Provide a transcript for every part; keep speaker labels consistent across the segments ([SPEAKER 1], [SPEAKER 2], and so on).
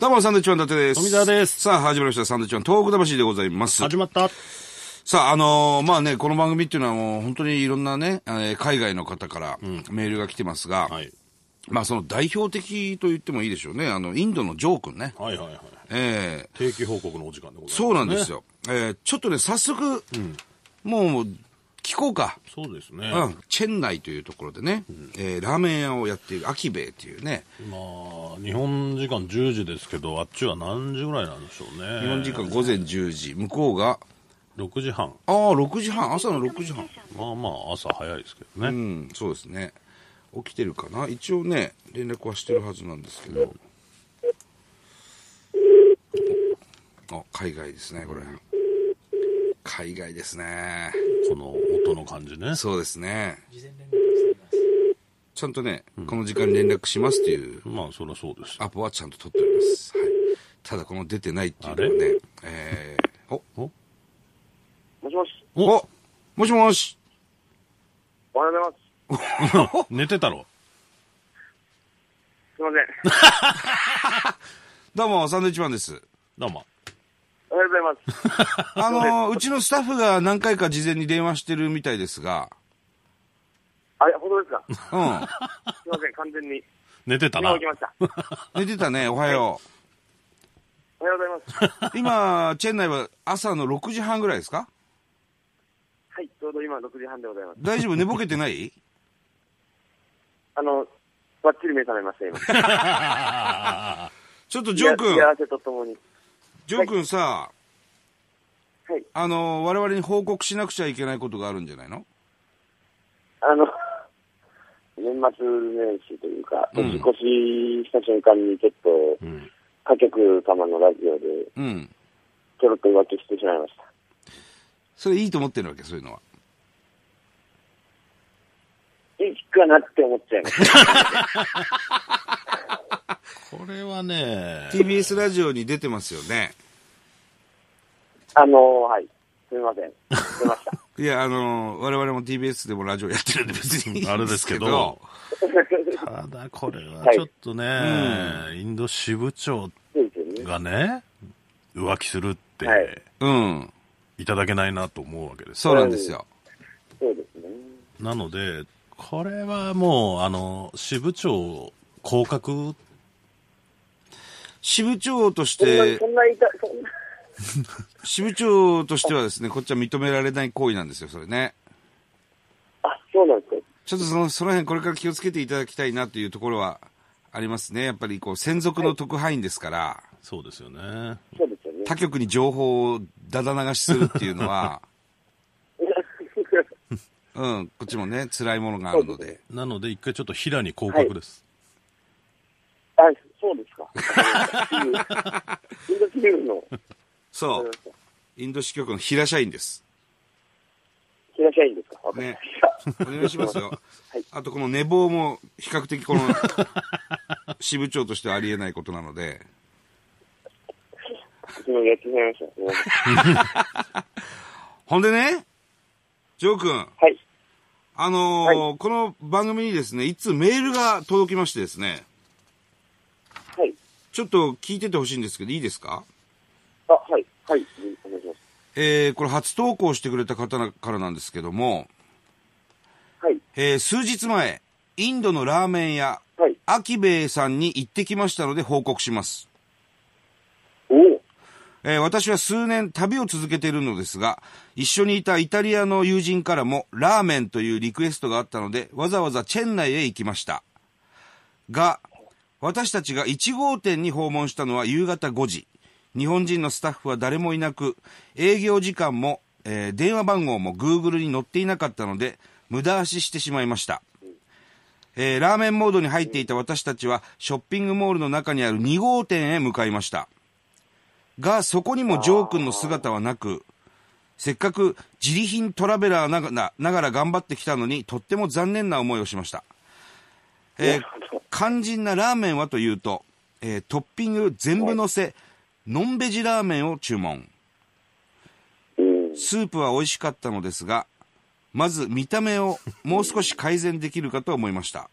[SPEAKER 1] どうも、サンドウィッチマン伊達です。
[SPEAKER 2] 富澤です
[SPEAKER 1] さあ、始まりました。サンドウィッチマン、東北魂でございます。
[SPEAKER 2] 始まった。
[SPEAKER 1] さあ、あのーまあね、この番組っていうのはもう本当にいろんなね、えー海外の方からメールが来てますが、
[SPEAKER 2] はい。
[SPEAKER 1] まあその代表的と言ってもいいでしょうね。あの、インドのジョー君ね。
[SPEAKER 2] はいはいはい。
[SPEAKER 1] ええ
[SPEAKER 2] 定期報告のお時間でございます、
[SPEAKER 1] そうなんです。よ。えーちょっとね、早速、もう、聞こうか。
[SPEAKER 2] そうですね。
[SPEAKER 1] うん、チェンナイというところでね、えーラーメン屋をやっているアキベイというね、
[SPEAKER 2] まあ、日本時間10時ですけど、あっちは何時ぐらいなんでしょうね。
[SPEAKER 1] 日本時間午前10時、向こうが、
[SPEAKER 2] 6時半。
[SPEAKER 1] ああ、6時半、朝の6時半。
[SPEAKER 2] まあまあ、朝早いですけど
[SPEAKER 1] う
[SPEAKER 2] ね。
[SPEAKER 1] ん、そうですね。起きてるかな一応ね、連絡はしてるはずなんですけど。あ、海外ですね、これ。海外ですね。
[SPEAKER 2] この音の感じね。
[SPEAKER 1] そうですね。ちゃんとね、この時間に連絡しますっていう
[SPEAKER 2] まあ、そりゃそうですよ。
[SPEAKER 1] アポはちゃんと取っております。はい。ただこの出てないっていうのはね、えー、お、
[SPEAKER 2] お
[SPEAKER 3] もしもし、
[SPEAKER 1] お、もしもし。
[SPEAKER 3] おはようございます。
[SPEAKER 2] 寝てたろ。
[SPEAKER 3] すいません。
[SPEAKER 1] どうも、サンドウィッチマンです。
[SPEAKER 2] どうも。
[SPEAKER 3] おはようございます。
[SPEAKER 1] あのーうちのスタッフが何回か事前に電話してるみたいですが、
[SPEAKER 3] あれ、本当ですか
[SPEAKER 1] うん。
[SPEAKER 3] すいません、完全に。
[SPEAKER 2] 寝てた
[SPEAKER 3] 今
[SPEAKER 2] な
[SPEAKER 3] 起き。ました。お
[SPEAKER 1] 寝てたね、おはよ
[SPEAKER 3] はようございます。
[SPEAKER 1] う。今、チェン内は朝の6時半ぐらいですか
[SPEAKER 3] はい、ちょうど今6時半でございます。
[SPEAKER 1] 大丈夫寝ぼけてない
[SPEAKER 3] あの、ばっちり目覚めました、今。
[SPEAKER 1] ちょっとジョー君
[SPEAKER 3] や、らせとともに。
[SPEAKER 1] ジョー君さ、
[SPEAKER 3] はい。
[SPEAKER 1] あのー、我々に報告しなくちゃいけないことがあるんじゃないの
[SPEAKER 3] あの、 年末年始というか、年越しした瞬間にちょっと、
[SPEAKER 2] うん。
[SPEAKER 3] 他局様のラジオで、
[SPEAKER 1] うん。
[SPEAKER 3] ちょろっと浮気してしまいました。
[SPEAKER 1] それいいと思ってるわけ、そういうのは。
[SPEAKER 3] いいかなって思っちゃいました。
[SPEAKER 2] これはね、
[SPEAKER 1] TBS ラジオに出てますよね。
[SPEAKER 3] あの、はい。すみません。出ました。
[SPEAKER 1] いや、あのー、我々も TBS でもラジオやってるんで別にいいん
[SPEAKER 2] あれですけど、ただこれはちょっとね、インド支部長
[SPEAKER 3] そうですよね。
[SPEAKER 2] がね、浮気するって、
[SPEAKER 3] はい
[SPEAKER 1] うん。
[SPEAKER 2] いただけないなと思うわけです
[SPEAKER 1] そ
[SPEAKER 2] よ
[SPEAKER 1] うなんですよ。
[SPEAKER 3] そうですね。
[SPEAKER 2] なので、これはもう、あの、支部長降格、
[SPEAKER 1] 支部長とし
[SPEAKER 3] そん
[SPEAKER 1] て
[SPEAKER 3] な、そ、んな痛い、そんな。
[SPEAKER 1] 支部長としてはですね、こっちは認められない行為なんですよ、それね。
[SPEAKER 3] あ、そうなんですか。
[SPEAKER 1] ちょっとその、その辺これから気をつけていただきたいなというところはありますね。やっぱりこう、専属の特派員ですから、
[SPEAKER 2] そうですよね。
[SPEAKER 3] そうですよね。
[SPEAKER 1] 他局に情報をだだ流しするっていうのは、うん、こっちもね、辛いものがあるので。
[SPEAKER 2] なので、一回ちょっと平に降格です。
[SPEAKER 3] あ、そうですか。インドキリウムの、
[SPEAKER 1] そ
[SPEAKER 3] うん
[SPEAKER 1] う、インド支局の平社員です。
[SPEAKER 3] 平社員ですか。わかり
[SPEAKER 1] ね
[SPEAKER 3] ました。
[SPEAKER 1] お願いしますよ
[SPEAKER 3] はい。
[SPEAKER 1] あとこの寝坊も比較的この、 支部長としてはありえないことなので、
[SPEAKER 3] 昨日やってしまいました。すみません
[SPEAKER 1] ほんでね、ジョー君、
[SPEAKER 3] はい。
[SPEAKER 1] あのーこの番組にですね、いつメールが届きましてですね、
[SPEAKER 3] はい。
[SPEAKER 1] ちょっと聞いててほしいんですけど、いいですか
[SPEAKER 3] あ、はい。はい。お願いします。
[SPEAKER 1] えー、これ初投稿してくれた方からなんですけども、
[SPEAKER 3] はい。
[SPEAKER 1] えー、数日前、インドのラーメン屋、
[SPEAKER 3] はい。
[SPEAKER 1] アキベイさんに行ってきましたので報告します。
[SPEAKER 3] おお。
[SPEAKER 1] えー私は数年旅を続けているのですが、一緒にいたイタリアの友人からもラーメンというリクエストがあったので、わざわざチェン内へ行きました。が、私たちが1号店に訪問したのは夕方5時。日本人のスタッフは誰もいなく、営業時間も、えー電話番号も Google に載っていなかったので、無駄足してしまいました。えーラーメンモードに入っていた私たちは、ショッピングモールの中にある2号店へ向かいました。が、そこにもジョー君の姿はなく、せっかく自利品トラベラーながなながら頑張ってきたのに、とっても残念な思いをしました。えー肝心なラーメンはというと、えートッピング全部乗せ、ノンベジラーメンを注文。
[SPEAKER 3] うん。
[SPEAKER 1] スープは美味しかったのですが、まず見た目をもう少し改善できるかと思いました。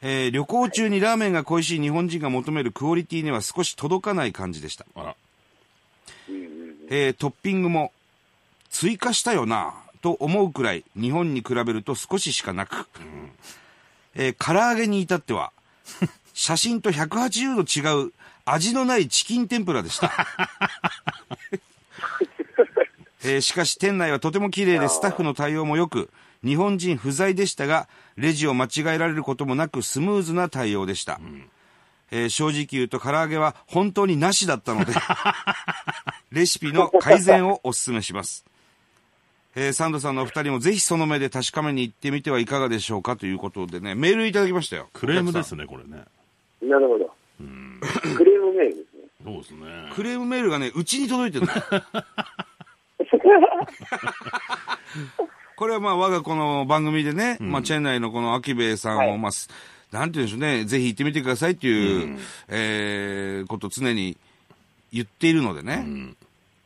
[SPEAKER 1] えー旅行中にラーメンが恋しい日本人が求めるクオリティには少し届かない感じでした。
[SPEAKER 2] あら。
[SPEAKER 1] えートッピングも追加したよなと思うくらい日本に比べると少ししかなく、えー唐揚げに至っては写真と180度違う味のないチキン天ぷらでした、えーしかし店内はとても綺麗でスタッフの対応も良く日本人不在でしたがレジを間違えられることもなくスムーズな対応でした、えー正直言うと唐揚げは本当になしだったのでレシピの改善をお勧めします。えーサンドさんのお二人もぜひその目で確かめに行ってみてはいかがでしょうかということでね、メールいただきましたよ。
[SPEAKER 2] クレームで
[SPEAKER 1] お
[SPEAKER 2] すね、これね。
[SPEAKER 3] なるほど。クレームメールですね。
[SPEAKER 2] そうですね。
[SPEAKER 1] 客さん。クレームメールがね、うちに届いてる の。これはまあ我がこの番組でね、まあチェン内のこの秋兵衛さんを、
[SPEAKER 3] はい
[SPEAKER 1] まあ、すなんて言うんでしょうね、ぜひ行ってみてくださいっていう、えーことを常に言っているのでね、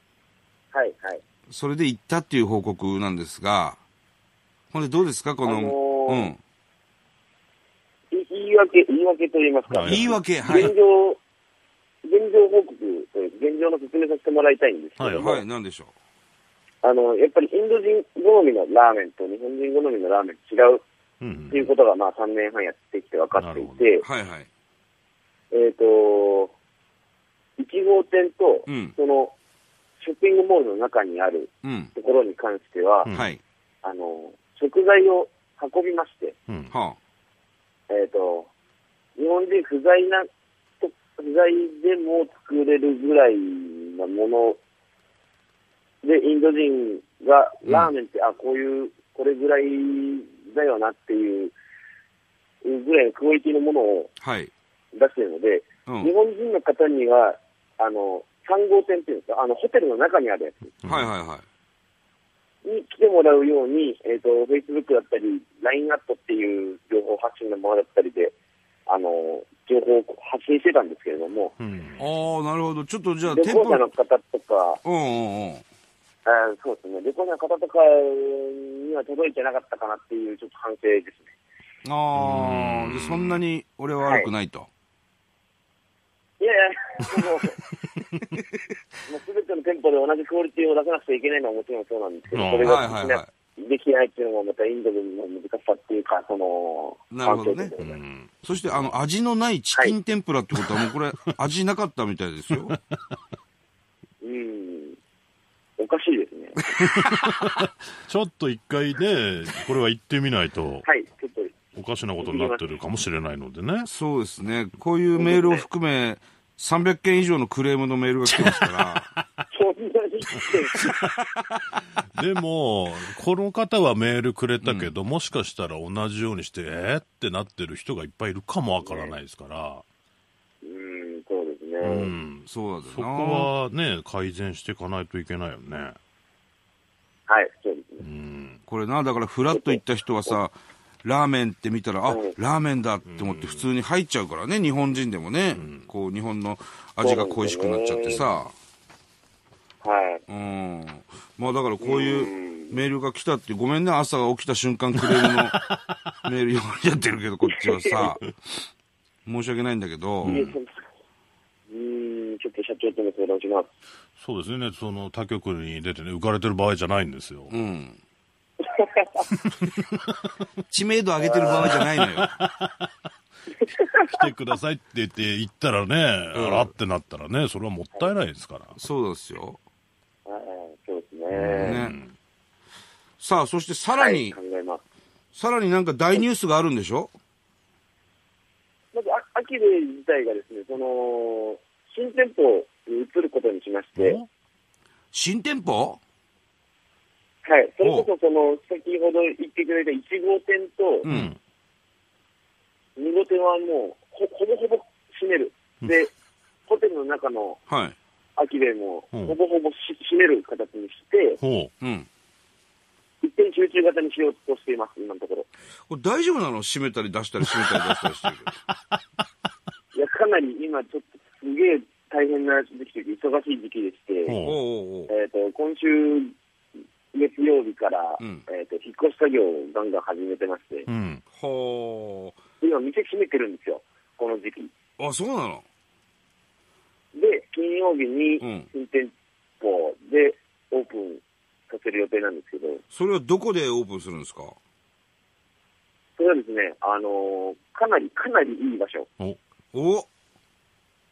[SPEAKER 3] はい、はい。
[SPEAKER 1] それで行ったっていう報告なんですが、ほんでどうですか、この、
[SPEAKER 3] あの
[SPEAKER 1] う
[SPEAKER 3] ー
[SPEAKER 1] ん。
[SPEAKER 3] い言い訳、言い訳と言いますか。
[SPEAKER 2] はい
[SPEAKER 1] 言い訳、はい。
[SPEAKER 3] 現状、現状報告、えー現状の説明させてもらいたいんですけ
[SPEAKER 2] はい
[SPEAKER 3] ども、
[SPEAKER 1] はい、なんでしょ
[SPEAKER 3] あの、やっぱりインド人好みのラーメンと日本人好みのラーメン違う
[SPEAKER 2] うん
[SPEAKER 3] っ
[SPEAKER 2] う
[SPEAKER 3] てい
[SPEAKER 2] ん。
[SPEAKER 3] うことが、まあ3年半やってきて分かっていて
[SPEAKER 1] う。、はいはい。
[SPEAKER 3] えっ、と、1号店と、
[SPEAKER 1] うん
[SPEAKER 3] その、ショッピングモールの中にある
[SPEAKER 1] うん。
[SPEAKER 3] ところに関しては、
[SPEAKER 2] うん
[SPEAKER 1] はい。
[SPEAKER 3] あの、食材を運びまして、
[SPEAKER 2] うん。
[SPEAKER 1] は
[SPEAKER 3] えっ、と、日本人不在な、と不在でも作れるぐらいなもので、インド人がラーメンって、あ、こういう、これぐらいだよなっていう、ぐらいのクオリティのものを
[SPEAKER 1] あ。はい。
[SPEAKER 3] 出してるので、
[SPEAKER 1] う
[SPEAKER 3] 日
[SPEAKER 1] ん。
[SPEAKER 3] 本人の方には、あの、3号店っていうんですか、あの、ホテルの中にあるやつ
[SPEAKER 1] はいはいはい。
[SPEAKER 3] に来てもらうように、えっ、と、Facebook だったり、LINE アットっていう情報発信のものだったりで、あの、情報を発信してたんですけれども、
[SPEAKER 2] うん。
[SPEAKER 1] ああ、なるほど。ちょっとじゃあ、
[SPEAKER 3] 旅
[SPEAKER 1] 店
[SPEAKER 3] 行
[SPEAKER 1] 舗
[SPEAKER 3] 者、の方とか、
[SPEAKER 1] うんうんうん。
[SPEAKER 3] あーそうですね、旅行者の方とかには届いてなかったかなっていう、ちょっと反省ですね。
[SPEAKER 1] ああ、でそんなに俺は悪くないと。
[SPEAKER 3] いやいや、もう、 もう全ての店舗で同じクオリティを出さなくちゃいけないのはもちろんそうなんですけ
[SPEAKER 2] うん
[SPEAKER 3] ど、それ
[SPEAKER 1] は
[SPEAKER 3] が
[SPEAKER 1] いはい
[SPEAKER 3] できな
[SPEAKER 1] は
[SPEAKER 3] できないっていうのがまたインドの難しさっていうか、その、
[SPEAKER 1] なるほどね
[SPEAKER 3] 環境という
[SPEAKER 2] う
[SPEAKER 3] か
[SPEAKER 2] ん。
[SPEAKER 1] そして、あの、味のないチキン天ぷらってことは、もうこ れ、味なかったみたいですよ。
[SPEAKER 3] うん。おかしいです ね。
[SPEAKER 2] ちょっと一回ね、これは行ってみないと、
[SPEAKER 3] はい、ちょっと、
[SPEAKER 2] おかしなことになってるかもしれないのでね。
[SPEAKER 1] そうですね。こういうメールを含め、300件以上のクレームのメールが来てますから、
[SPEAKER 3] そんなにって、
[SPEAKER 2] でも、この方はメールくれたけど、もしかしたら同じようにして、えー、ってなってる人がいっぱいいるかもわからないですから、
[SPEAKER 3] うん、そうですね。
[SPEAKER 2] うん。
[SPEAKER 1] そうだ
[SPEAKER 2] そこ
[SPEAKER 1] な。
[SPEAKER 2] はね、改善していかないといけないよね。
[SPEAKER 3] はい、そうです
[SPEAKER 2] う
[SPEAKER 3] ね。
[SPEAKER 2] ん。
[SPEAKER 1] これな、だからフラッと行った人はさ、ラーメンって見たら、あ、
[SPEAKER 3] うん
[SPEAKER 1] ラーメンだって思って普通に入っちゃうからね、日本人でもね、こう日本の味が恋しくなっちゃってさ、
[SPEAKER 3] はい。
[SPEAKER 1] うん。まあだからこういう
[SPEAKER 3] う
[SPEAKER 1] メールが来たって、ごめんね、朝が起きた瞬間クレ ームのメール読まれちゃってるけど、こっちはさ、申し訳ないんだけど、
[SPEAKER 3] いやそううん、ちょっと社長とも相談します。
[SPEAKER 2] そうですね、その他局に出てね、浮かれてる場合じゃないんですよ。
[SPEAKER 1] うん。知名度上げてる場合じゃないのよ。
[SPEAKER 2] 来てくださいって言って行ったらね、
[SPEAKER 1] ん
[SPEAKER 2] あらってなったらね、それはもったいないですから。
[SPEAKER 1] そうですよ。
[SPEAKER 3] はい、そうですね。
[SPEAKER 1] ね。さあ、そしてさら
[SPEAKER 3] は
[SPEAKER 1] に
[SPEAKER 3] い、考、えます。
[SPEAKER 1] さらになんか大ニュースがあるんでしょ
[SPEAKER 3] まず、あ秋で自体がですね、その、新店舗に移ることにしまして、
[SPEAKER 2] お
[SPEAKER 1] 新店舗
[SPEAKER 3] はい、それこそその、先ほど言ってくれた1号店と
[SPEAKER 1] う、ん。
[SPEAKER 3] 2号店はもうほ、ほぼほぼ閉める。で、ホテルの中の
[SPEAKER 1] はい。
[SPEAKER 3] 秋でも、
[SPEAKER 2] うん
[SPEAKER 3] ほぼほぼし閉める形にして、
[SPEAKER 2] ほ
[SPEAKER 1] うん。
[SPEAKER 3] 一点集中型にしようとしています、今のところ。
[SPEAKER 1] これ大丈夫なの閉めたり出したり閉めたり出したりしてるけど。
[SPEAKER 3] いや、かなり今ちょっとすげえ大変な時期で、忙しい時期でし
[SPEAKER 2] う。
[SPEAKER 3] て、
[SPEAKER 2] ほ
[SPEAKER 1] おうおうおう。
[SPEAKER 3] えっ、と、今週月曜日から、
[SPEAKER 1] うん
[SPEAKER 3] えっ、と、引っ越し作業をガンガン始めてまして
[SPEAKER 2] う。う、ん。
[SPEAKER 1] ほう。
[SPEAKER 3] で今、店閉めてるんですよ、この時期。
[SPEAKER 1] あ、そうなの
[SPEAKER 3] で、金曜日に
[SPEAKER 1] うん
[SPEAKER 3] 新店舗でオープンさせる予定なんですけど、
[SPEAKER 1] それはどこでオープンするんですか
[SPEAKER 3] それはですね、あのーかなり、かなりいい場所
[SPEAKER 2] お、
[SPEAKER 1] お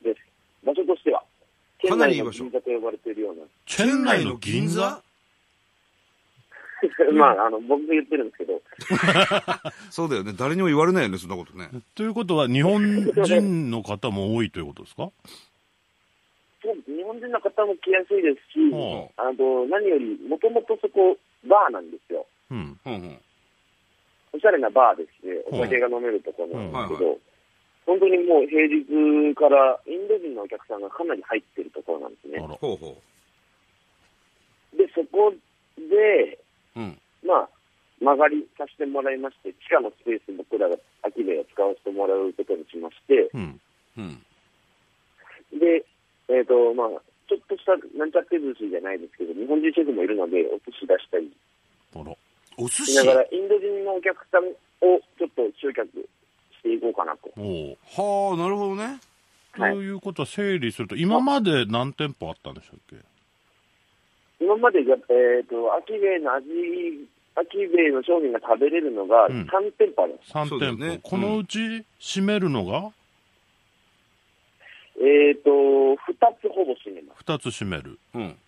[SPEAKER 3] です。場所としては、
[SPEAKER 1] か
[SPEAKER 3] 県
[SPEAKER 1] なりい
[SPEAKER 3] 内
[SPEAKER 1] い
[SPEAKER 3] の
[SPEAKER 1] 場所
[SPEAKER 3] 銀座と呼ばれているような、
[SPEAKER 2] チェン内の銀座
[SPEAKER 3] まあ、あの、僕が言ってるんですけど、
[SPEAKER 1] そうだよね。誰にも言われないよね、そんなことね。
[SPEAKER 2] ということは、日本人の方も多いということですか
[SPEAKER 3] そうです日本人の方も来やすいですし、
[SPEAKER 2] ほ
[SPEAKER 3] あの、何より、もともとそこ、バーなんですよ。
[SPEAKER 2] うん。
[SPEAKER 1] うんうん。
[SPEAKER 3] おしゃれなバーでして、
[SPEAKER 2] ほう
[SPEAKER 3] お酒が飲めるところなんですけ
[SPEAKER 1] うん
[SPEAKER 3] ど、本当にもう平日からインド人のお客さんがかなり入ってるところなん
[SPEAKER 2] あ
[SPEAKER 3] ですね。
[SPEAKER 2] ら。
[SPEAKER 1] ほうほ
[SPEAKER 3] で、そこで、
[SPEAKER 1] う。うん。
[SPEAKER 3] まあ、曲がりさせてもらいまして、地下のスペースに僕らが秋で使わせてもらうことにしまして、
[SPEAKER 2] うん。
[SPEAKER 1] うん。
[SPEAKER 3] で、えっ、と、まあ、ちょっとした、なんちゃって寿司じゃないですけど、日本人シェフもいるので、お寿司出したり
[SPEAKER 2] あら。
[SPEAKER 1] お寿
[SPEAKER 3] し
[SPEAKER 1] 司
[SPEAKER 3] ながら、インド人のお客さんをちょっと集客していこうかなと。
[SPEAKER 2] お
[SPEAKER 1] は
[SPEAKER 2] う
[SPEAKER 1] あ、なるほどね。
[SPEAKER 3] はい
[SPEAKER 2] ということは、整理すると、今まで何店舗あったんでしたっけ
[SPEAKER 3] 今までが、えっ、と、秋兵衛の味、秋兵衛の商品が食べれるのが
[SPEAKER 2] うん
[SPEAKER 3] 3店舗あります。
[SPEAKER 2] 三
[SPEAKER 1] そうだよ
[SPEAKER 2] 店舗、
[SPEAKER 1] ねうん
[SPEAKER 2] このうち閉めるのが
[SPEAKER 3] えっ、と、2つほぼ閉めます。
[SPEAKER 2] 2つ閉める
[SPEAKER 1] うん。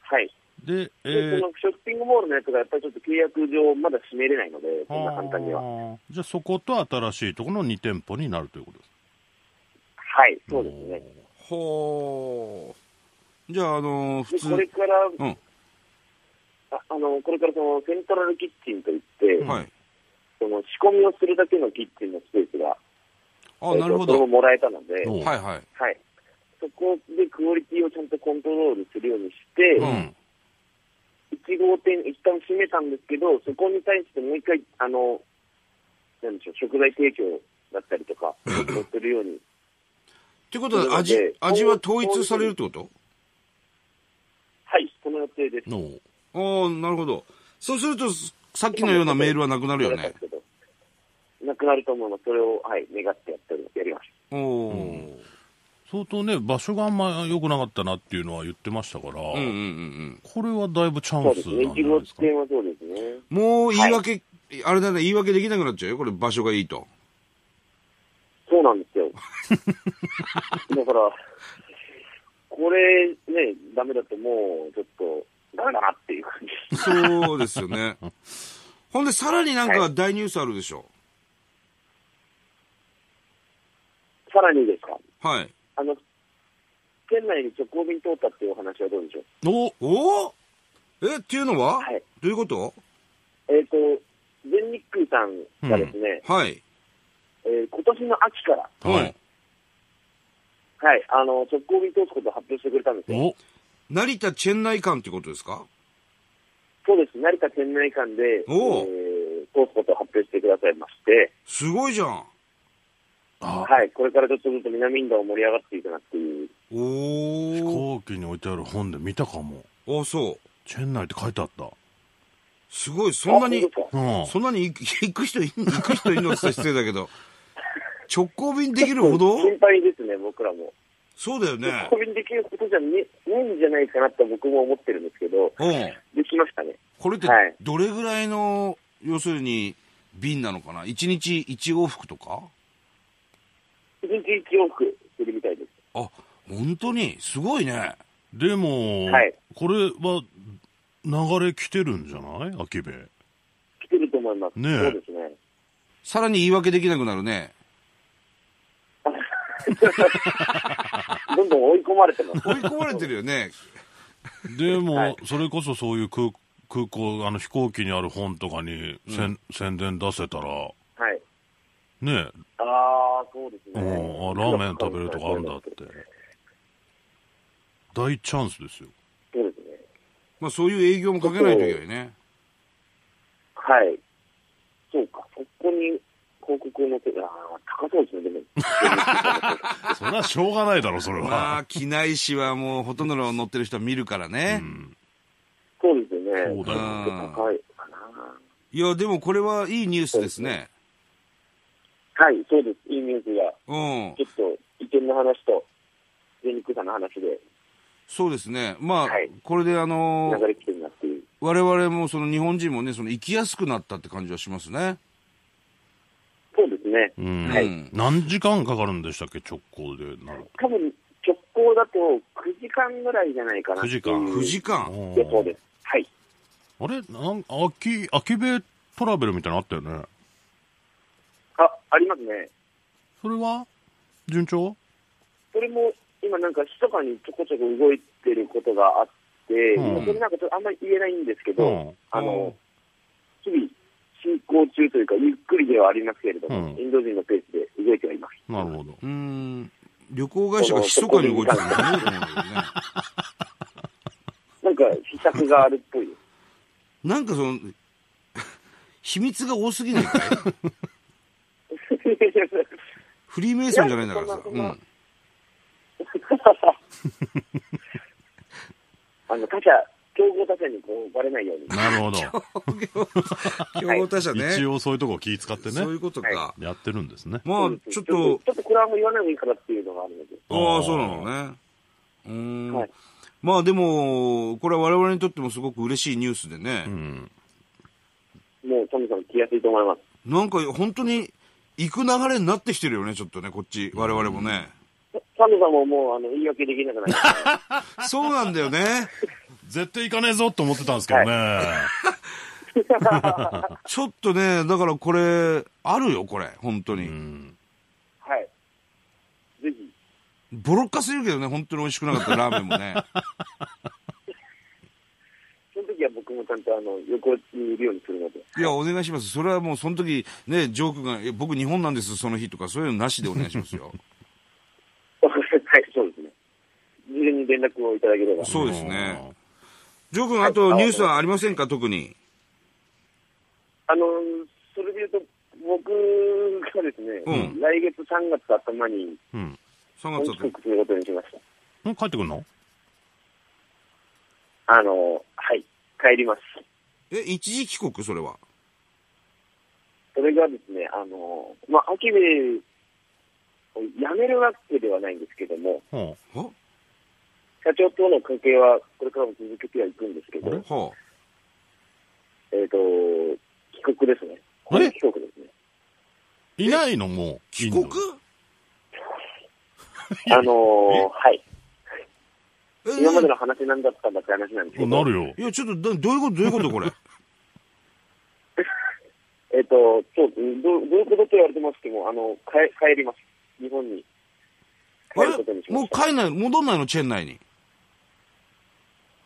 [SPEAKER 3] はい。
[SPEAKER 2] でえ
[SPEAKER 3] で、
[SPEAKER 2] ー
[SPEAKER 3] そのショッピングモールのやつがやっぱりちょっと契約上まだ閉めれないので、そんな簡単には。
[SPEAKER 2] あーじゃあそこと新しいところの2店舗になるということです
[SPEAKER 3] はい、そうですね。
[SPEAKER 1] ほう。じゃあ、あのー普
[SPEAKER 3] で、
[SPEAKER 1] 通。
[SPEAKER 3] これから、
[SPEAKER 1] うん。
[SPEAKER 3] ああの、これからそのセントラルキッチンといって、
[SPEAKER 1] はい。
[SPEAKER 3] その仕込みをするだけのキッチンのスペースが、
[SPEAKER 1] あ、
[SPEAKER 3] えーと
[SPEAKER 1] なるほ
[SPEAKER 3] それ
[SPEAKER 1] ど
[SPEAKER 3] も。もらえたので、
[SPEAKER 2] おう
[SPEAKER 1] はいはい。
[SPEAKER 3] はい。そこでクオリティをちゃんとコントロールするようにして、
[SPEAKER 1] うん
[SPEAKER 3] 1号店一旦閉めたんですけど、そこに対してもう一回、あの、なんでしょう、食材提供だったり とか、するように。
[SPEAKER 1] ってことは、味
[SPEAKER 3] なので、
[SPEAKER 1] 味は統一されるってこと
[SPEAKER 3] はい、この予定です。
[SPEAKER 2] おう
[SPEAKER 1] ああ、なるほど。そうすると、さっきのようなメールはなくなるよね。
[SPEAKER 3] なくなると思うので、それを、はい、願ってやってるやります。
[SPEAKER 1] おお
[SPEAKER 2] 相当ね場所があんま良くなかったなっていうのは言ってましたから、
[SPEAKER 1] ー。うんうんうん
[SPEAKER 2] これはだいぶチャ
[SPEAKER 3] そ
[SPEAKER 2] ン
[SPEAKER 3] うで
[SPEAKER 2] ス
[SPEAKER 3] すね、
[SPEAKER 2] なんじゃな
[SPEAKER 3] 1
[SPEAKER 2] い
[SPEAKER 3] 号
[SPEAKER 2] ですか
[SPEAKER 3] 店はそうですね。
[SPEAKER 1] うん。もう言い訳、あれだね、言い訳できなくなっちゃうよ。これ場所がいいと。
[SPEAKER 3] そうなんですよ。 だから、これね、ダメだともう、ちょっと、ダメだなっていう感 じ。
[SPEAKER 1] そうですよ ね。ほんで、さらになんか大ニュースあるでしょ。
[SPEAKER 3] さらにですか
[SPEAKER 1] はい。
[SPEAKER 3] あの、県内に直行便通ったっていうお話はどうでしょう
[SPEAKER 2] お
[SPEAKER 1] おおえ、っていうのは、
[SPEAKER 3] はい
[SPEAKER 1] どういうこと
[SPEAKER 3] えっ、と、全日空さんがですね、
[SPEAKER 1] はい。
[SPEAKER 3] えー今年の秋から、
[SPEAKER 2] はい。
[SPEAKER 3] はい、あの、直行便通すことを発表してくれたんですよ。
[SPEAKER 2] お
[SPEAKER 1] 成田チェン内間ってことですか
[SPEAKER 3] そうです、成田県内間で、え
[SPEAKER 1] おう
[SPEAKER 3] ー通すことを発表してくださいまして、
[SPEAKER 1] すごいじゃん。
[SPEAKER 2] あ
[SPEAKER 3] はい、これからちょっとずつ南インドを盛り上がっていくなっていう、
[SPEAKER 2] 飛
[SPEAKER 1] お
[SPEAKER 2] 行機に置いてある本で見たかも
[SPEAKER 1] お。あ、そう。
[SPEAKER 2] チェン内って書いてあった
[SPEAKER 1] すごい、そんな
[SPEAKER 3] あ
[SPEAKER 1] に
[SPEAKER 3] 本当、ですか
[SPEAKER 2] うん
[SPEAKER 1] そんなに行く行く人いん、 行く人いんのって言ったら失礼だけど、直行便できるほ ど
[SPEAKER 3] 心配ですね、僕らも。
[SPEAKER 1] そうだよね
[SPEAKER 3] 直。行便できることじゃねないんじゃないかなって僕も思ってるんですけど、
[SPEAKER 1] うん。
[SPEAKER 3] できましたね。
[SPEAKER 1] これって
[SPEAKER 3] はい、
[SPEAKER 1] どれぐらいの、要するに、便なのかな ?1 日1往復とか
[SPEAKER 3] 一日一往復するみたいです。
[SPEAKER 1] あ、本当に、すごいね。
[SPEAKER 2] でも、
[SPEAKER 3] はい
[SPEAKER 2] これは流れ来てるんじゃない秋部
[SPEAKER 3] 来てると思います。
[SPEAKER 2] ねえ
[SPEAKER 3] そうですね。
[SPEAKER 1] さらに言い訳できなくなるね。
[SPEAKER 3] どんどん追い込まれてます。
[SPEAKER 1] 追い込まれてるよね。
[SPEAKER 2] でも、
[SPEAKER 3] はい
[SPEAKER 2] それこそそういう空空港あの飛行機にある本とかに、せん宣伝出せたら
[SPEAKER 3] はい。
[SPEAKER 2] ね
[SPEAKER 3] ああ、そうです
[SPEAKER 2] え、う
[SPEAKER 3] ね。
[SPEAKER 2] んあラーメン食べるとかあるんだって大チャンスですよ
[SPEAKER 3] そうですね。
[SPEAKER 1] まあそういう営業もかけないといけないね。
[SPEAKER 3] はい。そうか、そこに広告を載せて、ああ、高そうですね、でも。
[SPEAKER 2] それはしょうがないだろそれ
[SPEAKER 1] ま
[SPEAKER 2] は、
[SPEAKER 1] あ、機内誌はもうほとんどの乗ってる人は見るからね。
[SPEAKER 3] そうですよ
[SPEAKER 2] そう
[SPEAKER 3] ね。
[SPEAKER 2] だ
[SPEAKER 1] よ
[SPEAKER 3] 高いかな。
[SPEAKER 1] いや、でもこれはいいニュースですね。
[SPEAKER 3] はい、そうです。インミューズが、
[SPEAKER 1] うん
[SPEAKER 3] ち。ょっと、意見の話と、全日空さんの話で
[SPEAKER 1] そうですね。まあ、
[SPEAKER 3] はい
[SPEAKER 1] これであの
[SPEAKER 3] 流れ来てるなっていう。
[SPEAKER 1] 我々もその日本人もね、その生きやすくなったって感じはしますね。
[SPEAKER 3] そうですね。
[SPEAKER 2] うん
[SPEAKER 3] はい
[SPEAKER 1] うん
[SPEAKER 2] 何時間かかるんでしたっけ、直行でなる。
[SPEAKER 3] 多分、直行だと9時間ぐらいじゃないかなっていう。
[SPEAKER 2] 9時間
[SPEAKER 1] 9時間。
[SPEAKER 2] うん
[SPEAKER 3] で、そうです。はい。
[SPEAKER 2] あれなん秋、秋米トラベルみたいなのあったよね。
[SPEAKER 3] あ、ありますね。
[SPEAKER 2] それは順調
[SPEAKER 3] それも、今なんか、密かにちょこちょこ動いてることがあって、
[SPEAKER 2] うん
[SPEAKER 3] それなんかちょっとあんまり言えないんですけど、
[SPEAKER 2] うん
[SPEAKER 3] あ
[SPEAKER 1] うん
[SPEAKER 3] の、日々、進行中というか、ゆっくりではありますけれども、
[SPEAKER 2] うん
[SPEAKER 3] インド人のペースで動いてはいます。
[SPEAKER 2] なるほど。
[SPEAKER 1] うん。旅行会社が密かに動いてるんだね。うんね
[SPEAKER 3] なんか、秘策があるっぽい です。
[SPEAKER 1] なんかその、 秘密が多すぎないかいフリーメイソンじゃないんだからさ。。
[SPEAKER 3] いうやそんなそんなんあの、他社、競合他社にこう、バレないように。
[SPEAKER 2] なるほど。
[SPEAKER 1] 競合他社ね。
[SPEAKER 2] 一応そういうとこ気使って
[SPEAKER 1] そうい
[SPEAKER 2] ね
[SPEAKER 1] う。ことか。
[SPEAKER 3] は
[SPEAKER 2] やってるんですね。
[SPEAKER 1] まあ、ちょっと
[SPEAKER 3] ち、ょっとこれはもう言わない方がいいかなっていうのがあるので。
[SPEAKER 1] ああ、そうなのね。うーん。
[SPEAKER 3] はい
[SPEAKER 1] まあでも、これは我々にとってもすごく嬉しいニュースでね
[SPEAKER 2] う。ん。
[SPEAKER 3] もう、トムさん来やすいと思います。
[SPEAKER 1] なんか本当に行く流れになってきてるよね、ちょっとね、こっち、我々もね。
[SPEAKER 3] サムさんももう、あの、言い訳できなくなりま した。
[SPEAKER 1] そうなんだよね。
[SPEAKER 2] 絶対行かねえぞと思ってたんですけどね。
[SPEAKER 1] ちょっとね、だからこれ、あるよ、これ、本当
[SPEAKER 2] う
[SPEAKER 1] に。
[SPEAKER 2] ん。
[SPEAKER 3] はい。ぜひ。
[SPEAKER 1] ボロッカするけどね、本当に美味しくなかったラーメンも ね。
[SPEAKER 3] その時は僕もちゃんとあの、横にいるようにするので。
[SPEAKER 1] いや、お願いします。それはもう、その時、ね、ジョークが、いや僕日本なんです、その日とか、そういうのなしでお願いします よ。
[SPEAKER 3] はい、そうですね。事前に連絡をいただければ。
[SPEAKER 1] そうですね。
[SPEAKER 2] うん。
[SPEAKER 1] ジョー君、
[SPEAKER 3] はい
[SPEAKER 1] あとニュースはありませんか、特に。
[SPEAKER 3] あの、それで言うと、僕がですね、
[SPEAKER 1] うん
[SPEAKER 3] 来月3月頭に、
[SPEAKER 2] うん。
[SPEAKER 1] 3
[SPEAKER 3] 本
[SPEAKER 1] 月だ
[SPEAKER 3] 帰
[SPEAKER 1] と
[SPEAKER 3] 国。することにしまし
[SPEAKER 2] もう帰ってくんの
[SPEAKER 3] た。あの、はい、帰ります。
[SPEAKER 1] え、一時帰国、それは。
[SPEAKER 3] それがですね、あの、まあ、秋部を辞めるわけではないんですけども、
[SPEAKER 2] うん。
[SPEAKER 1] は
[SPEAKER 3] 社長との関係はこれからも続けてはいくんですけど、
[SPEAKER 1] は
[SPEAKER 3] えっ、と、帰国ですね。
[SPEAKER 2] あれ
[SPEAKER 3] 帰国ですね。
[SPEAKER 2] いないのもう。
[SPEAKER 1] 帰国
[SPEAKER 3] あのーはい。
[SPEAKER 1] え
[SPEAKER 3] 今までの話なんだったんだって話なんです
[SPEAKER 2] イ
[SPEAKER 3] け
[SPEAKER 2] ンド
[SPEAKER 3] ど、
[SPEAKER 2] なるよ
[SPEAKER 1] い。や、ちょっと、どどういうこと、どういうこと、 これ。
[SPEAKER 3] えっ、と、そう、どうどういうことと言われてますけども、あの、帰帰ります。日本に帰ることにし
[SPEAKER 1] えも
[SPEAKER 3] ま
[SPEAKER 1] う
[SPEAKER 3] した。
[SPEAKER 1] 帰んない、戻んないの、チェン内に。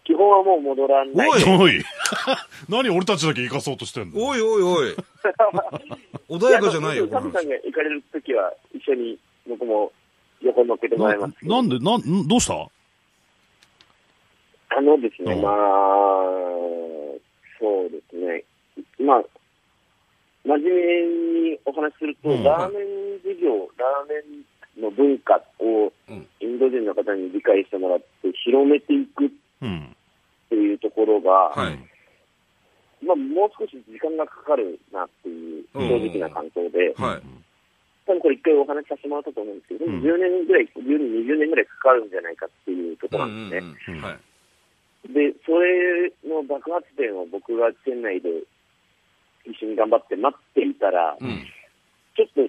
[SPEAKER 3] 基本はもう戻らない。
[SPEAKER 1] おい
[SPEAKER 2] おい。 何俺たちだけ行かそうとしてんの
[SPEAKER 1] おいおい おい。穏やかじゃないよ、
[SPEAKER 3] やサ
[SPEAKER 1] この
[SPEAKER 3] ムさ
[SPEAKER 1] 話
[SPEAKER 3] ん。が行かれるときは、一緒に僕も横に乗っけてもらいます。
[SPEAKER 2] ななんで、なん、どうした
[SPEAKER 3] あのですね、
[SPEAKER 2] うん
[SPEAKER 3] まあ、そうですね。まあ、真面目にお話しすると、
[SPEAKER 2] うん
[SPEAKER 3] ラーメン事業、ラーメンの文化を
[SPEAKER 1] うん
[SPEAKER 3] インド人の方に理解してもらって広めていくっ
[SPEAKER 2] うん。
[SPEAKER 3] ていうところが、
[SPEAKER 1] はい。
[SPEAKER 3] まあ、もう少し時間がかかるなっていう
[SPEAKER 1] うん
[SPEAKER 3] 正直な感想で、
[SPEAKER 1] はい。
[SPEAKER 3] 多分これ一回お話しさせてもらったと思うんですけど、でも
[SPEAKER 2] うん
[SPEAKER 3] 10年ぐらい、10年、20年ぐらいかかるんじゃないかっていうところなんですね。
[SPEAKER 1] うんうんうんはい。
[SPEAKER 3] で、それの爆発点を僕が店内で一緒に頑張って待っていたら、
[SPEAKER 1] うん。
[SPEAKER 3] ちょっと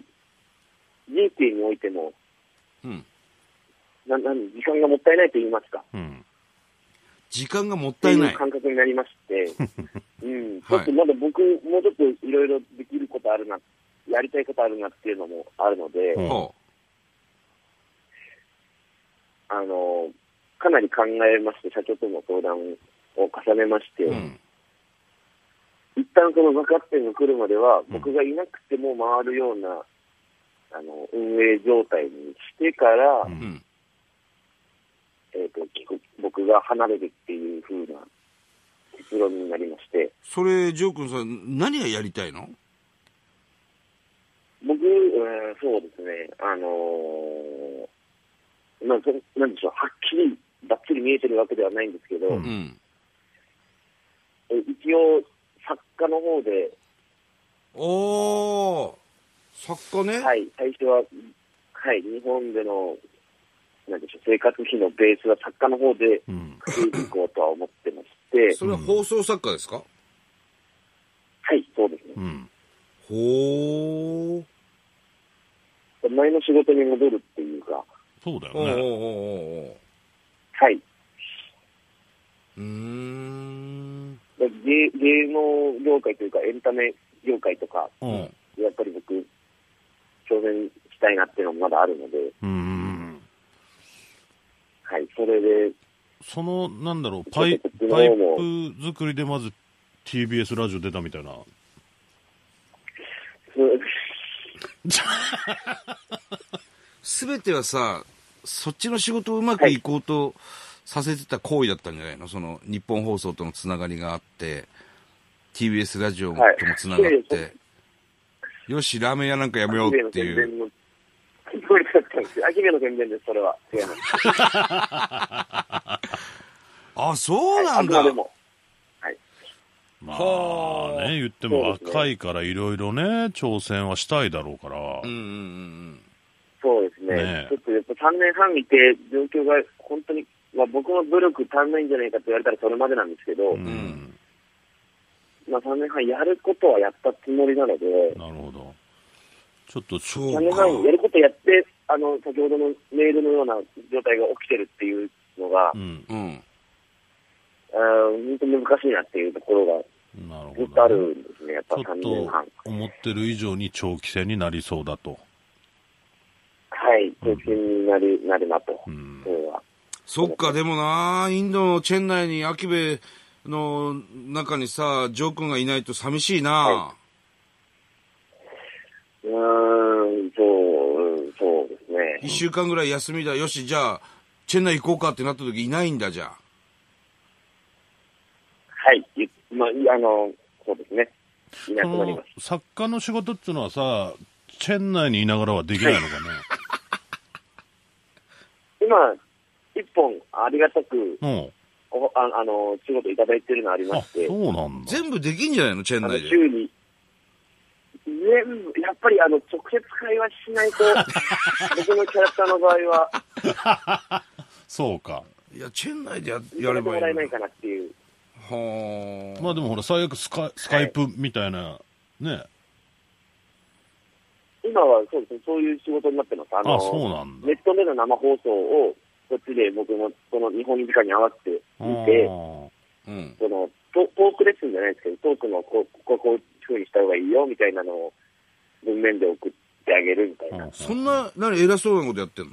[SPEAKER 3] 人生においても、
[SPEAKER 1] うん。
[SPEAKER 3] ななん時間がもったいないと言いますか、
[SPEAKER 2] うん。
[SPEAKER 1] 時間がもっ
[SPEAKER 3] と
[SPEAKER 1] たいない
[SPEAKER 3] いう。感覚になり まして、うん、ちょ
[SPEAKER 1] はい
[SPEAKER 3] っとまだ僕、もうちょっといろいろできることあるな、やりたいことあるなっていうのもあるので、
[SPEAKER 2] うん
[SPEAKER 1] は
[SPEAKER 3] あの、かなり考えまして、社長とも相談を重ねまして、
[SPEAKER 1] あ。うん。
[SPEAKER 3] 一旦その爆発点が来るまでは、
[SPEAKER 2] うん
[SPEAKER 3] 僕がいなくても回るような、あの、運営状態にしてから、
[SPEAKER 2] う
[SPEAKER 1] うんん。
[SPEAKER 3] えっ、と、帰国僕が離れるっていう風な結論になりまして、
[SPEAKER 1] それ、ジョー君さん、何がやりたいの
[SPEAKER 3] 僕、えーそうですね、あのーまあ、そなんでしょう、はっきり、ばっちり見えてるわけではないんですけど、
[SPEAKER 2] うん
[SPEAKER 1] うん。
[SPEAKER 3] え一応、作家の方で、
[SPEAKER 1] おー。作家ね、
[SPEAKER 3] はい、最初は、はい、日本での、なんでしょう、生活費のベースは作家の方で
[SPEAKER 2] うん。
[SPEAKER 3] 作っていこうとは思ってま して、
[SPEAKER 1] それは放送作家ですか、
[SPEAKER 3] はい、そうです
[SPEAKER 2] う
[SPEAKER 3] ね。
[SPEAKER 2] ん。
[SPEAKER 1] ほー。
[SPEAKER 3] 前の仕事に戻るっていうか、
[SPEAKER 2] そうだ
[SPEAKER 1] おうおうお
[SPEAKER 2] よね。
[SPEAKER 1] うおうおう
[SPEAKER 3] はい、
[SPEAKER 1] うーん。
[SPEAKER 3] 芸芸能業界というか、エンタメ業界とか、
[SPEAKER 2] うん。うん
[SPEAKER 3] やっぱり僕、挑戦したいなっていうのもまだあるので、
[SPEAKER 2] うんうん。
[SPEAKER 3] はい、それで、
[SPEAKER 2] その、なんだろう、パイ
[SPEAKER 3] ちょっと
[SPEAKER 2] パイ
[SPEAKER 3] 昨日も
[SPEAKER 2] プ作りでまず TBS ラジオ出たみたいな。
[SPEAKER 3] そう
[SPEAKER 1] すべてはさ、そっちの仕事をうまくいこうとさせてた行為だったんじゃないのその日本放送とのつながりがあって、TBS ラジオとも
[SPEAKER 3] はい
[SPEAKER 1] つながっ
[SPEAKER 3] いやいや
[SPEAKER 1] て、よし、ラーメン屋なんかやめようって
[SPEAKER 3] アキ
[SPEAKER 1] い
[SPEAKER 3] ベの宣
[SPEAKER 1] う。
[SPEAKER 3] 伝の、そうだったんですよ。アキベの宣伝です、それは。違います。
[SPEAKER 1] あ、そうな
[SPEAKER 3] あ
[SPEAKER 1] ん
[SPEAKER 3] く
[SPEAKER 1] だ。
[SPEAKER 3] までも。はい。
[SPEAKER 2] ま
[SPEAKER 1] は
[SPEAKER 2] あ
[SPEAKER 1] あ
[SPEAKER 2] ね、言って
[SPEAKER 3] そ
[SPEAKER 2] も
[SPEAKER 3] うですね
[SPEAKER 2] 若いからいろいろね、挑戦はしたいだろうから。
[SPEAKER 1] うんうんうん
[SPEAKER 3] そうですね。
[SPEAKER 2] ねえ
[SPEAKER 3] ちょっとやっぱ3年半いて、状況が本当に、まあ、僕の努力足んないんじゃないかって言われたらそれまでなんですけど、
[SPEAKER 2] うん。
[SPEAKER 3] まあ3年半やることはやったつもりなので、
[SPEAKER 2] なるほど。ちょっと、
[SPEAKER 1] そう
[SPEAKER 3] 3年半やることやって、あの、先ほどのメールのような状態が起きてるっていうのが、
[SPEAKER 2] うん。
[SPEAKER 1] うん。うん。
[SPEAKER 3] あー本当に難しいなっていうところが
[SPEAKER 2] なるほどね、
[SPEAKER 3] ずっとあるんですね、やっ
[SPEAKER 2] ち
[SPEAKER 3] ぱ
[SPEAKER 2] ょっ
[SPEAKER 3] 3年半。
[SPEAKER 2] と思ってる以上に長期戦になりそうだと。
[SPEAKER 3] はい、中心になり、なるなと、
[SPEAKER 2] うん
[SPEAKER 3] それは。
[SPEAKER 1] そっか、でもな、インドのチェン内にアキベの中にさ、ジョー君がいないと寂しいな。
[SPEAKER 3] はうーん、そう、うんそうですね。
[SPEAKER 1] 一週間ぐらい休みだ。よし、じゃあ、チェンナイ行こうかってなった時いないんだ、じゃあ。
[SPEAKER 3] はい、ゆまあ、いあの、そうですね。いな
[SPEAKER 2] そ
[SPEAKER 3] くなり
[SPEAKER 2] の
[SPEAKER 3] ます。
[SPEAKER 2] 作家の仕事っていうのはさ、チェン内にいながらはできない のかね。
[SPEAKER 3] 今、一本ありがたく
[SPEAKER 2] うん。
[SPEAKER 3] おあ、あの、仕事いただいてるのありま
[SPEAKER 2] あ、
[SPEAKER 3] して、
[SPEAKER 2] そうなんだ。
[SPEAKER 1] 全部できんじゃないのチェン
[SPEAKER 3] あ
[SPEAKER 1] ナ
[SPEAKER 3] の、
[SPEAKER 1] イで。
[SPEAKER 3] 週に、全部、やっぱりあの、直接会話しないと、 僕のキャラクターの場合は、
[SPEAKER 2] そうか。
[SPEAKER 1] いや、チェンナイでやや
[SPEAKER 3] や
[SPEAKER 1] れ
[SPEAKER 3] めて
[SPEAKER 1] ばい
[SPEAKER 3] も
[SPEAKER 1] いのに。
[SPEAKER 3] らえないかなっていう。
[SPEAKER 1] はあ。
[SPEAKER 2] まあでもほら、最悪スカイスカイプみたいな、ね。
[SPEAKER 3] 今はそうですね、そういう仕事になってます。あの
[SPEAKER 2] あ、そうなんだ
[SPEAKER 3] ネ。ットでの生放送を、こっちで僕もその日本時間に合わせて
[SPEAKER 2] あ
[SPEAKER 3] 見て、
[SPEAKER 2] ー
[SPEAKER 1] うん。
[SPEAKER 3] そのトトークレッスンじゃないですけど、トークのこうこここういうふうにした方がいいよみたいなのを文面で送ってあげるみたいな。
[SPEAKER 2] うん
[SPEAKER 1] そんな、何、偉そうなことやってんの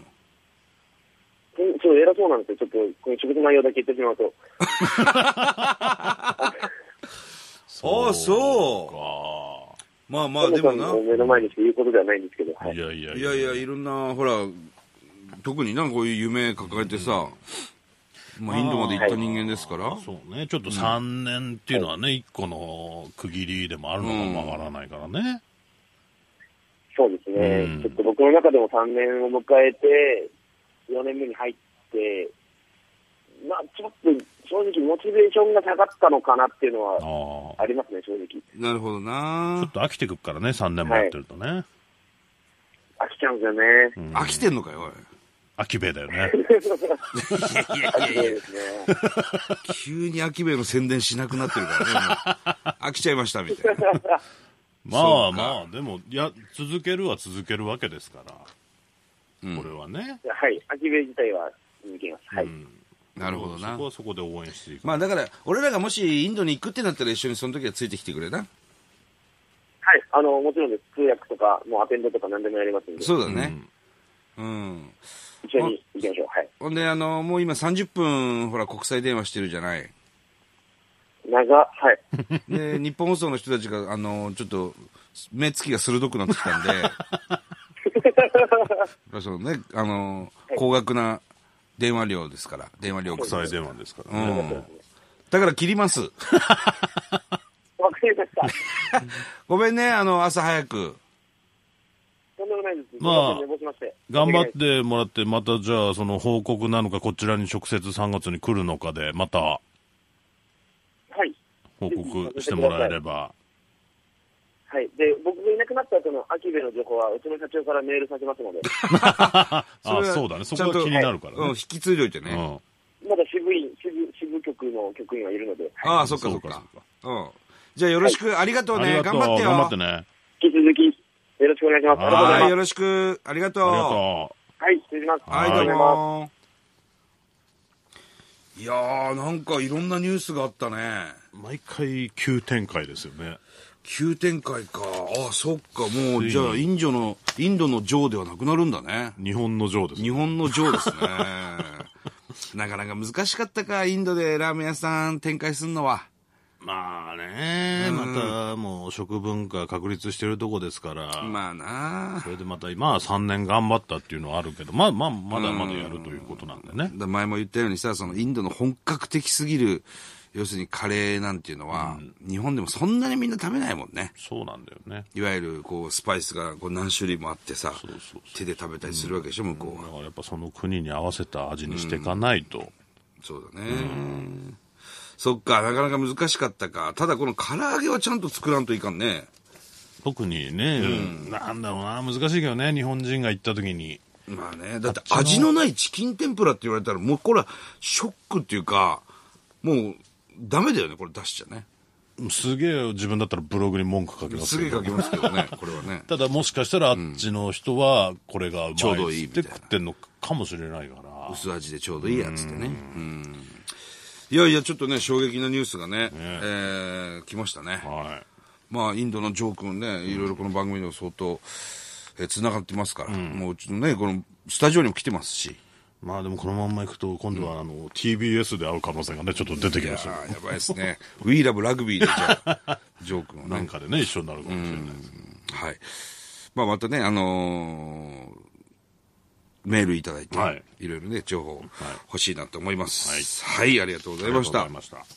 [SPEAKER 3] うんちょっと偉そうなんですよ。ちょっとこの仕事内容だけ言ってしまうと。
[SPEAKER 1] あ
[SPEAKER 2] そ
[SPEAKER 1] そまあま
[SPEAKER 3] ト
[SPEAKER 1] あ、
[SPEAKER 3] ム
[SPEAKER 1] で
[SPEAKER 3] さ
[SPEAKER 1] も
[SPEAKER 3] ん
[SPEAKER 1] な
[SPEAKER 3] の。目の前にして言うことではないんですけど。
[SPEAKER 2] うか
[SPEAKER 3] はい
[SPEAKER 2] いやいや
[SPEAKER 1] いやいや、いろんな、ほら、特にな、こういう夢抱えてさ、まあ、インドまで行った人間ですから。
[SPEAKER 2] そうね、ちょっと3年っていうのはね、一個の区切りでもあるのかもわからないからね。
[SPEAKER 3] そうですね、
[SPEAKER 2] うん
[SPEAKER 3] ちょっと僕の中でも3年を迎えて、4年目に入って、まあ、ちょっと正直、モチベーションが下がったのかなっていうのは
[SPEAKER 2] ああ。
[SPEAKER 3] ありますね、正直。
[SPEAKER 1] なるほど
[SPEAKER 2] ちょっ
[SPEAKER 1] な。
[SPEAKER 2] と飽きてくっからね、3年もやってるとね。
[SPEAKER 3] 飽きちゃうんですよね。
[SPEAKER 2] うん
[SPEAKER 1] 飽きてんのかよ、おい。
[SPEAKER 2] 飽きべだ よね。
[SPEAKER 3] 飽きてですね。
[SPEAKER 1] 急にアキベの宣伝しなくなってるからねもう。飽きちゃいました、みたいな。
[SPEAKER 2] ま
[SPEAKER 1] そ
[SPEAKER 2] あ
[SPEAKER 1] うか
[SPEAKER 2] まあ、でも、いや、続けるは続けるわけですから、
[SPEAKER 1] うん
[SPEAKER 2] これはね。
[SPEAKER 3] はい、アキベ自体は続けます。はい。
[SPEAKER 2] うん
[SPEAKER 1] なるほどな
[SPEAKER 2] そこはそこで応援していく。
[SPEAKER 1] まあだから、俺らがもしインドに行くってなったら一緒にその時はついてきてくれな。
[SPEAKER 3] はい、あの、もちろんです。通訳とか、もうアテンドとか何でもやりますんで、
[SPEAKER 1] そうだ
[SPEAKER 2] う
[SPEAKER 1] ね。
[SPEAKER 2] ん
[SPEAKER 1] うん。
[SPEAKER 3] 一緒に行きましょう。はい。
[SPEAKER 1] ほんで、あの、もう今30分、ほら、国際電話してるじゃない。
[SPEAKER 3] 長、 はい。
[SPEAKER 1] で、日本放送の人たちが、あの、ちょっと、目つきが鋭くなってき たんで、やっぱそのね、あの、高額な電話料ですから、電話料
[SPEAKER 2] 国際電話ですから
[SPEAKER 1] う
[SPEAKER 2] ね。
[SPEAKER 1] ん。だから切ります。
[SPEAKER 3] わかりました。
[SPEAKER 1] ごめんね、あの、朝早く。
[SPEAKER 3] とんでもないです。
[SPEAKER 2] まあ
[SPEAKER 3] すいせん寝坊しまして。
[SPEAKER 2] 頑張ってもらって、またじゃあ、その報告なのか、こちらに直接3月に来るのかで、また
[SPEAKER 3] はい。
[SPEAKER 2] 報告してもらえれば。
[SPEAKER 3] はい。で、僕がいなくなった後の秋部の情報は、うちの社長からメールさせます ので、
[SPEAKER 2] あ
[SPEAKER 1] れは
[SPEAKER 2] そうだね。そ
[SPEAKER 1] ちゃん
[SPEAKER 2] ことが気になるから
[SPEAKER 1] うん、
[SPEAKER 2] ね
[SPEAKER 1] 引。き継いでおいて
[SPEAKER 2] う
[SPEAKER 1] ね。
[SPEAKER 2] ん。
[SPEAKER 3] まだ支部員、支部、支部局の局員はいるので、
[SPEAKER 1] ああ、そっかそっか。うん。じゃあよろしく、ありがとう
[SPEAKER 2] あり
[SPEAKER 1] ね。
[SPEAKER 2] が
[SPEAKER 1] 頑
[SPEAKER 2] とう。
[SPEAKER 1] 張ってよ。
[SPEAKER 2] 頑張ってね。あ
[SPEAKER 3] 引き続き、よろしくお願いします。ありがとうござ
[SPEAKER 1] は
[SPEAKER 3] いま
[SPEAKER 1] い、
[SPEAKER 3] す
[SPEAKER 1] よ。ろしく。ありがとう。
[SPEAKER 2] りがと
[SPEAKER 3] はい、失礼します。
[SPEAKER 1] は、
[SPEAKER 2] はいい
[SPEAKER 1] どうも。いやー、なんかいろんなニュースがあったね。
[SPEAKER 2] う。毎回急展開ですよね。
[SPEAKER 1] 急展開か。ああ、そっか。もう、
[SPEAKER 2] に
[SPEAKER 1] じゃあ、インドの、インドの女王ではなくなるんだね。
[SPEAKER 2] 日本のジョーです。
[SPEAKER 1] 日本の女王 ですね。なかなか難しかったか、インドでラーメン屋さん展開すんのは。
[SPEAKER 2] まあね、またもう食文化確立してるとこですから。
[SPEAKER 1] まあなあ
[SPEAKER 2] それでまた今は3年頑張ったっていうのはあるけど、まあまあ、まだまだやるということなんでね。
[SPEAKER 1] だ前も言ったようにさ、そのインドの本格的すぎる、要するにカレーなんていうのは、日本でもそんなにみんな食べないもんね。
[SPEAKER 2] そうなんだよね。
[SPEAKER 1] いわゆる、こう、スパイスがこう何種類もあってさ、
[SPEAKER 2] そうそうそ
[SPEAKER 1] 手で食べたりするわけでしょ、向こう
[SPEAKER 2] う。だ
[SPEAKER 1] は。
[SPEAKER 2] からやっぱその国に合わせた味にしていかないと。
[SPEAKER 1] そうだね。そっか、なかなか難しかったか。ただこの唐揚げはちゃんと作らんといかんね。
[SPEAKER 2] 特にね、なんだろうな、難しいけどね、日本人が行った時に。
[SPEAKER 1] まあね、だって味のないチキン天ぷらって言われたら、もうこれはショックっていうか、もう、ダメだよね、これ出しちゃね。
[SPEAKER 2] すげえ自分だったらブログに文句書きます
[SPEAKER 1] すげえ
[SPEAKER 2] け
[SPEAKER 1] 書
[SPEAKER 2] ど。
[SPEAKER 1] きますけどね、これはね。
[SPEAKER 2] ただもしかしたらあっちの人はこれがうまいっつ
[SPEAKER 1] ちょうどいいみ
[SPEAKER 2] った
[SPEAKER 1] い
[SPEAKER 2] て
[SPEAKER 1] な
[SPEAKER 2] 食ってんのかもしれないから。
[SPEAKER 1] 薄味でちょうどいいやつってね。うんいやいや、ちょっとね、衝撃のニュースがね、えー来ましたね。
[SPEAKER 2] は
[SPEAKER 1] まあ、インドのジョー君ね、いろいろこの番組でも相当、えー繋がってますから、もううちのね、この、スタジオにも来てますし、
[SPEAKER 2] い。まあでもこのまんま行くと今度はあの TBS で会う可能性がね、ちょっと出てきまし
[SPEAKER 1] あ
[SPEAKER 2] た
[SPEAKER 1] ーやばいですね。We Love Rugby でじゃあ、ジョー君を
[SPEAKER 2] な
[SPEAKER 1] ね
[SPEAKER 2] ん、かでね、一緒になるかもしれないですけど
[SPEAKER 1] はい。まあ、またね、あのーメールいただいて、
[SPEAKER 2] はいい、
[SPEAKER 1] ろいろね、情報欲しいなと思います。はい、ありがとうございました
[SPEAKER 2] ありがとうござい。ました。